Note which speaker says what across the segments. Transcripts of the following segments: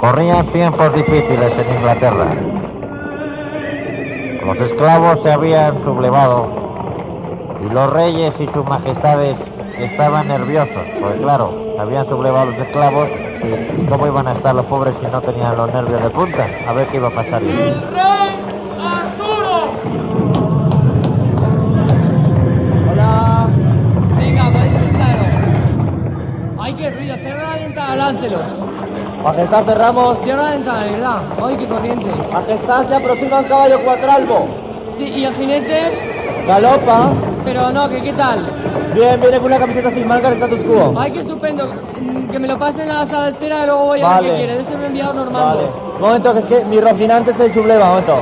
Speaker 1: Corrían tiempos difíciles en Inglaterra. Los esclavos se habían sublevado y los reyes y sus majestades estaban nerviosos, porque claro, habían sublevado a los esclavos y cómo iban a estar los pobres si no tenían los nervios de punta, a ver qué iba a pasar.
Speaker 2: ¡El rey Arturo!
Speaker 3: Hola.
Speaker 4: Venga, podéis sentaros. Ay, qué ruido, cierra la ventana, láncelo.
Speaker 3: Majestad, cerramos.
Speaker 4: Cierra la ventana, de verdad. Ay, qué corriente.
Speaker 3: Majestad, se aproxima un caballo cuatralbo.
Speaker 4: Sí, y el jinete,
Speaker 3: Galopa.
Speaker 4: pero no, que qué tal.
Speaker 3: Bien, viene con una camiseta sin marca de status quo.
Speaker 4: Ay, qué estupendo. Mm, Que me lo pasen a la sala de espera y luego voy a ver
Speaker 3: Vale.
Speaker 4: qué quiere. Debe ser un enviado normal.
Speaker 3: Vale. Momento, que es que mi rocinante se subleva, momento.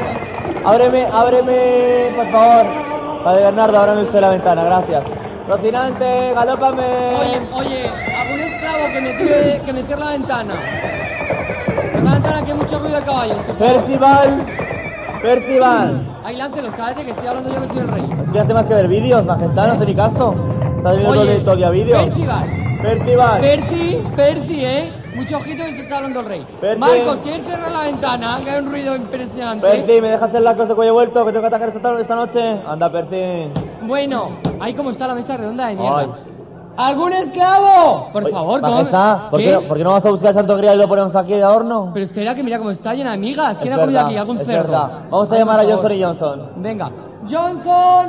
Speaker 3: Ábreme, ábreme, por favor. Vale, Bernardo, ábreme usted la ventana, gracias. Rocinante, galópame.
Speaker 4: Oye, oye, algún esclavo que me, tire- que me cierre la ventana. Cierra la ventana que hay mucho ruido de caballos.
Speaker 3: Percival, Percival.
Speaker 4: Ay, láncelos, cállate que estoy hablando yo que soy el rey.
Speaker 3: Es que hace más que ver vídeos, majestad, no hace ni caso. Estás viendo todo
Speaker 4: Oye,
Speaker 3: el- todo el día vídeos.
Speaker 4: Percival.
Speaker 3: Percival.
Speaker 4: Percy, Percy, eh. Mucho ojito que te está hablando el rey.
Speaker 3: Percy.
Speaker 4: Marcos, ¿quieres cerrar la ventana? Que hay un ruido impresionante.
Speaker 3: Percy, ¿me dejas el laco de cuello vuelto que tengo que atacar esta, tarde- esta noche? Anda, Percy.
Speaker 4: Bueno, ahí como está la mesa redonda de
Speaker 3: Ay.
Speaker 4: mierda. ¿Algún esclavo? Por
Speaker 3: Oye,
Speaker 4: favor, come.
Speaker 3: majestad, ¿por qué,
Speaker 4: ¿Qué?
Speaker 3: por qué no vas a buscar el santo grial y lo ponemos aquí de adorno?
Speaker 4: Pero espera que mira cómo está llena de amigas. ¿Quién
Speaker 3: Es
Speaker 4: ha comido
Speaker 3: verdad,
Speaker 4: aquí? ¿Algún
Speaker 3: es
Speaker 4: cerdo?
Speaker 3: verdad. Vamos a
Speaker 4: Ay,
Speaker 3: llamar a
Speaker 4: por favor.
Speaker 3: Johnson y Johnson.
Speaker 4: Venga. Johnson.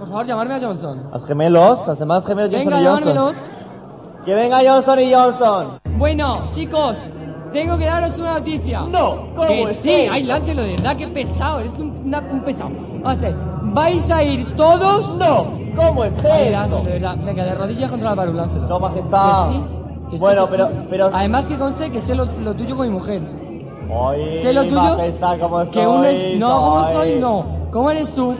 Speaker 4: Por favor, llamarme a Johnson.
Speaker 3: Los gemelos, los demás gemelos Johnson
Speaker 4: Venga,
Speaker 3: y Johnson.
Speaker 4: llamármelos.
Speaker 3: Que venga Johnson y Johnson.
Speaker 4: Bueno, chicos, tengo que daros una noticia.
Speaker 3: No, ¿cómo
Speaker 4: Que
Speaker 3: es
Speaker 4: sí,
Speaker 3: eso?
Speaker 4: ay, láncelo, de verdad, qué pesado, eres un, una- un pesado. Vamos a ver, ¿vais a ir todos?
Speaker 3: No, ¿cómo es
Speaker 4: Ay, láncelo, de verdad, venga, de rodillas contra la pared, láncelo.
Speaker 3: No, majestad.
Speaker 4: Que sí, que sí,
Speaker 3: bueno,
Speaker 4: que
Speaker 3: pero,
Speaker 4: sí.
Speaker 3: pero.
Speaker 4: Además que conste que sé lo, lo tuyo con mi mujer.
Speaker 3: Oye,
Speaker 4: Sé lo tuyo.
Speaker 3: Majestad, ¿cómo
Speaker 4: que
Speaker 3: soy?
Speaker 4: un es- No, ¿cómo
Speaker 3: Soy-
Speaker 4: soy? No. ¿Cómo eres tú?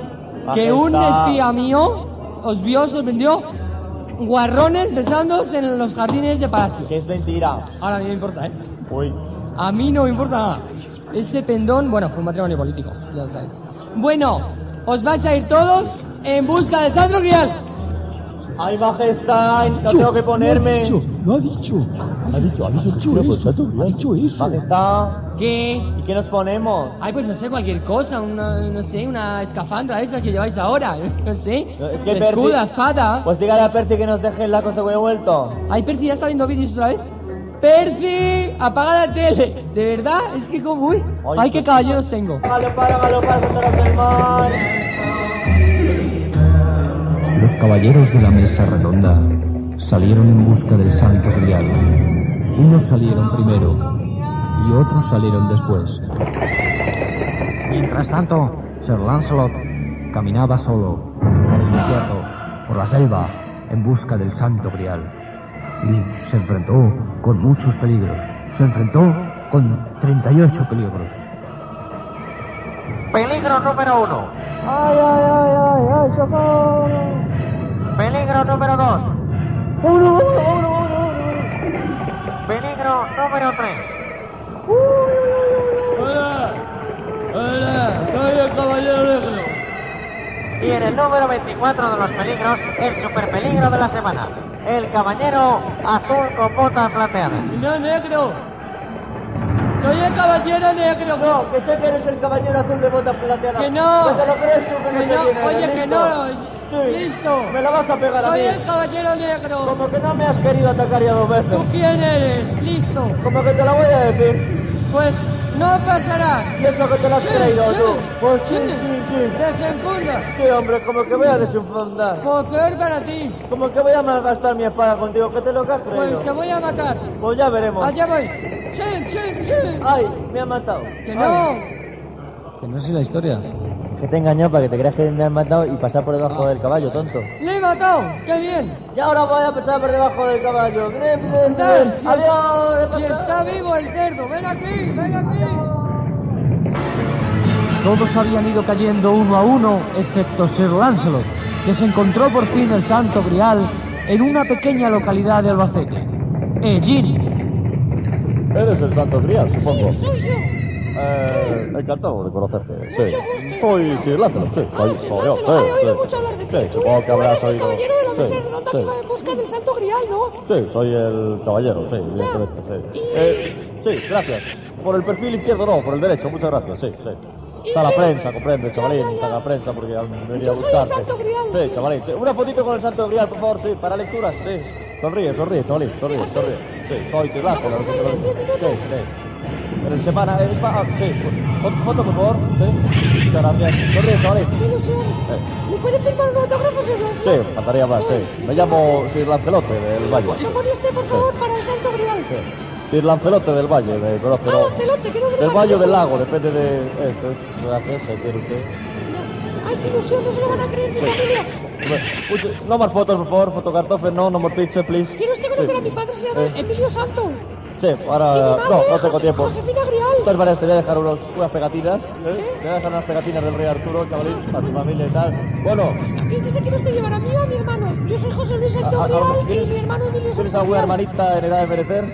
Speaker 4: Que un
Speaker 3: Majestad.
Speaker 4: espía mío os vio, os vendió guarrones besándose en los jardines de palacio.
Speaker 3: Que es mentira.
Speaker 4: Ahora a mí no me importa, ¿eh?
Speaker 3: Uy.
Speaker 4: A mí no me importa nada. Ese pendón, bueno, fue un matrimonio político, ya lo sabes. Bueno, os vais a ir todos en busca de Sandro Grial.
Speaker 3: Ay, majestad, no tengo que ponerme.
Speaker 5: Lo ha dicho. Ha dicho, ha dicho, eso, ha dicho eso.
Speaker 3: Majestad,
Speaker 4: ¿Qué?
Speaker 3: ¿y qué nos ponemos?
Speaker 4: Ay, pues no sé, cualquier cosa, una, no sé, una escafandra de esas que lleváis ahora, no sé.
Speaker 3: No, es que
Speaker 4: Escudo,
Speaker 3: Percy-
Speaker 4: espada.
Speaker 3: Pues dígale a Percy que nos deje el laco de huevo vuelto.
Speaker 4: Ay, Percy, ¿ya está viendo vídeos otra vez? ¡Percy! ¡Apaga la tele! ¿De verdad? Es que como... Uy,
Speaker 3: Ay,
Speaker 4: ay, qué
Speaker 3: qué-
Speaker 4: caballeros tengo.
Speaker 3: Galopar, galopar, contra los del mar.
Speaker 5: Los caballeros de la mesa redonda salieron en busca del santo grial. Unos salieron primero y otros salieron después.
Speaker 1: Mientras tanto, Sir Lancelot caminaba solo por el desierto, por la selva, en busca del santo grial. Y se enfrentó con muchos peligros. Se enfrentó con 38 peligros. Peligro número uno.
Speaker 3: Ay, ay, ay, ay, ay, socorro.
Speaker 1: Peligro número dos.
Speaker 3: Vámonos, vámonos, vámonos, vámonos, vámonos.
Speaker 1: Peligro número tres.
Speaker 4: ¡Hola! ¡Hola! ¡Soy el caballero negro!
Speaker 1: Y en el número 24 de los peligros, el superpeligro de la semana. El caballero azul con botas plateadas.
Speaker 4: ¡No, negro! ¡Soy el caballero negro!
Speaker 3: No, que sé que eres el caballero azul de botas plateadas.
Speaker 4: ¡Que no!
Speaker 3: ¡Que te lo crees tú, que no
Speaker 4: Que
Speaker 3: se
Speaker 4: no,
Speaker 3: viene,
Speaker 4: oye,
Speaker 3: ¿eres
Speaker 4: que
Speaker 3: listo?
Speaker 4: no, listo.
Speaker 3: Me la vas a pegar
Speaker 4: ¡Soy
Speaker 3: a mí.
Speaker 4: el caballero negro!
Speaker 3: Como que no me has querido atacar ya dos veces.
Speaker 4: ¿Tú quién eres? ¡Listo!
Speaker 3: Como que te la voy a decir.
Speaker 4: Pues no pasarás.
Speaker 3: Y eso que te la has
Speaker 4: Sí,
Speaker 3: creído
Speaker 4: sí,
Speaker 3: tú. Pues chin,
Speaker 4: sí.
Speaker 3: chin, chin.
Speaker 4: ¡Desenfunda!
Speaker 3: Sí, hombre, como que voy a desenfundar.
Speaker 4: Por peor para ti.
Speaker 3: Como que voy a malgastar mi espada contigo. ¿Qué te lo que has
Speaker 4: Pues
Speaker 3: creído?
Speaker 4: te voy a matar.
Speaker 3: Pues ya veremos.
Speaker 4: Allá voy. ¡Chin, chin, chin!
Speaker 3: Ay, me ha matado.
Speaker 4: ¡Que no!
Speaker 5: Que no es la historia.
Speaker 3: Que te he engañado para que te creas que me han matado y pasar por debajo del caballo, tonto.
Speaker 4: ¡Le he matado! ¡Qué bien!
Speaker 3: Y ahora voy a pasar por debajo del caballo. Bien, bien, bien.
Speaker 4: Tal, si
Speaker 3: Adiós.
Speaker 4: Si está vivo el cerdo, ven aquí, ven aquí.
Speaker 5: Todos habían ido cayendo uno a uno, excepto Sir Lancelot, que se encontró por fin el santo grial en una pequeña localidad de Albacete. Egin.
Speaker 6: Eres el Santo Grial, supongo.
Speaker 2: Soy yo.
Speaker 6: Eh, encantado de conocerte. Sí.
Speaker 2: Mucho gusto.
Speaker 6: Soy Sir Lancelot, sí.
Speaker 2: Ah,
Speaker 6: Soy-
Speaker 2: sí,
Speaker 6: soy
Speaker 2: no,
Speaker 6: yo,
Speaker 2: se lo había
Speaker 6: sí,
Speaker 2: oído
Speaker 6: sí.
Speaker 2: mucho hablar de ti.
Speaker 6: Sí,
Speaker 2: Tú
Speaker 6: supongo que habrás
Speaker 2: eres el
Speaker 6: oído.
Speaker 2: caballero de la mesa
Speaker 6: Sí,
Speaker 2: redonda
Speaker 6: sí.
Speaker 2: que va en busca del santo grial, ¿no?
Speaker 6: Sí, soy el caballero, sí, evidentemente, sí.
Speaker 2: Y-
Speaker 6: Eh,
Speaker 3: Sí, gracias. Por el perfil izquierdo no, por el derecho, muchas gracias, sí, sí. Está la prensa, comprende, chavalín, está la prensa porque venía a
Speaker 7: Yo soy el
Speaker 3: buscarte.
Speaker 7: Santo Grial,
Speaker 3: Sí,
Speaker 7: sí.
Speaker 3: chavalín, sí. Una fotito con el santo grial, por favor, sí, para lecturas, sí. Sonríe, sonríe, chavalín, sonríe,
Speaker 7: así.
Speaker 3: sonríe. Sí, soy chislaco.
Speaker 7: Vamos a salir en diez minutos.
Speaker 3: Sí, sí. En el semana, el pa- ah, sí, pues, fot- foto, por favor, sí. Muchas gracias. Sonríe, chavalín.
Speaker 7: ¡Qué ilusión!
Speaker 3: Eh.
Speaker 7: ¿Me puede firmar un autógrafo, señor
Speaker 3: Sí,
Speaker 7: Lancelot?
Speaker 3: faltaría más, sí. Me llamo Sir Lancelote del Valle.
Speaker 7: Lo pone usted, por favor, para el santo grial.
Speaker 3: Sí. Sir Lancelote del Valle, me conoce.
Speaker 7: Ah,
Speaker 3: ¿no?
Speaker 7: Lancelote, que no me
Speaker 3: Del
Speaker 7: lo
Speaker 3: Valle o
Speaker 7: imagino.
Speaker 3: del Lago, depende de... Esto es, gracias, se quiere usted.
Speaker 7: No. ¡Ay, qué ilusión! ¡No se lo van a creer mi familia!
Speaker 3: Bueno, mucho- No más fotos, por favor, fotocartofe, no, no more picture, please.
Speaker 7: ¿Quiere usted conocer
Speaker 3: Sí.
Speaker 7: a mi padre? Se llama
Speaker 3: Eh.
Speaker 7: Emilio Santo.
Speaker 3: Sí,
Speaker 7: y mi
Speaker 3: ahora...
Speaker 7: madre,
Speaker 3: No, no tengo
Speaker 7: Jose-
Speaker 3: tiempo.
Speaker 7: Josefina
Speaker 3: De todas
Speaker 7: Grial.
Speaker 3: maneras, te voy a dejar unos, unas pegatinas. ¿eh? Te voy a dejar unas pegatinas del rey Arturo,
Speaker 7: Ah.
Speaker 3: chavalín, para tu familia y tal. Bueno,
Speaker 7: ¿Y qué se quiere usted llevar a mí o a mi hermano? Yo soy José Luis Santo
Speaker 3: a- a- a-
Speaker 7: Grial y
Speaker 3: ¿tienes-
Speaker 7: mi hermano Emilio
Speaker 3: ¿Tienes
Speaker 7: Santo
Speaker 3: alguna
Speaker 7: Grial.
Speaker 3: hermanita en edad de merecer?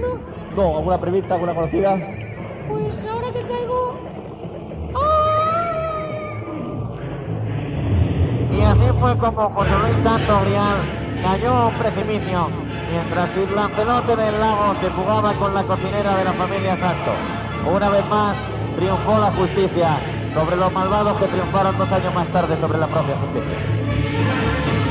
Speaker 7: No,
Speaker 3: No, alguna primita, alguna conocida.
Speaker 7: pues ahora que traigo... ¡Ah!
Speaker 1: Y así fue como José Luis Santo Grial cayó a un precipicio mientras Sir Lancelote del Lago se jugaba con la cocinera de la familia Santo. Una vez más triunfó la justicia sobre los malvados que triunfaron dos años más tarde sobre la propia justicia.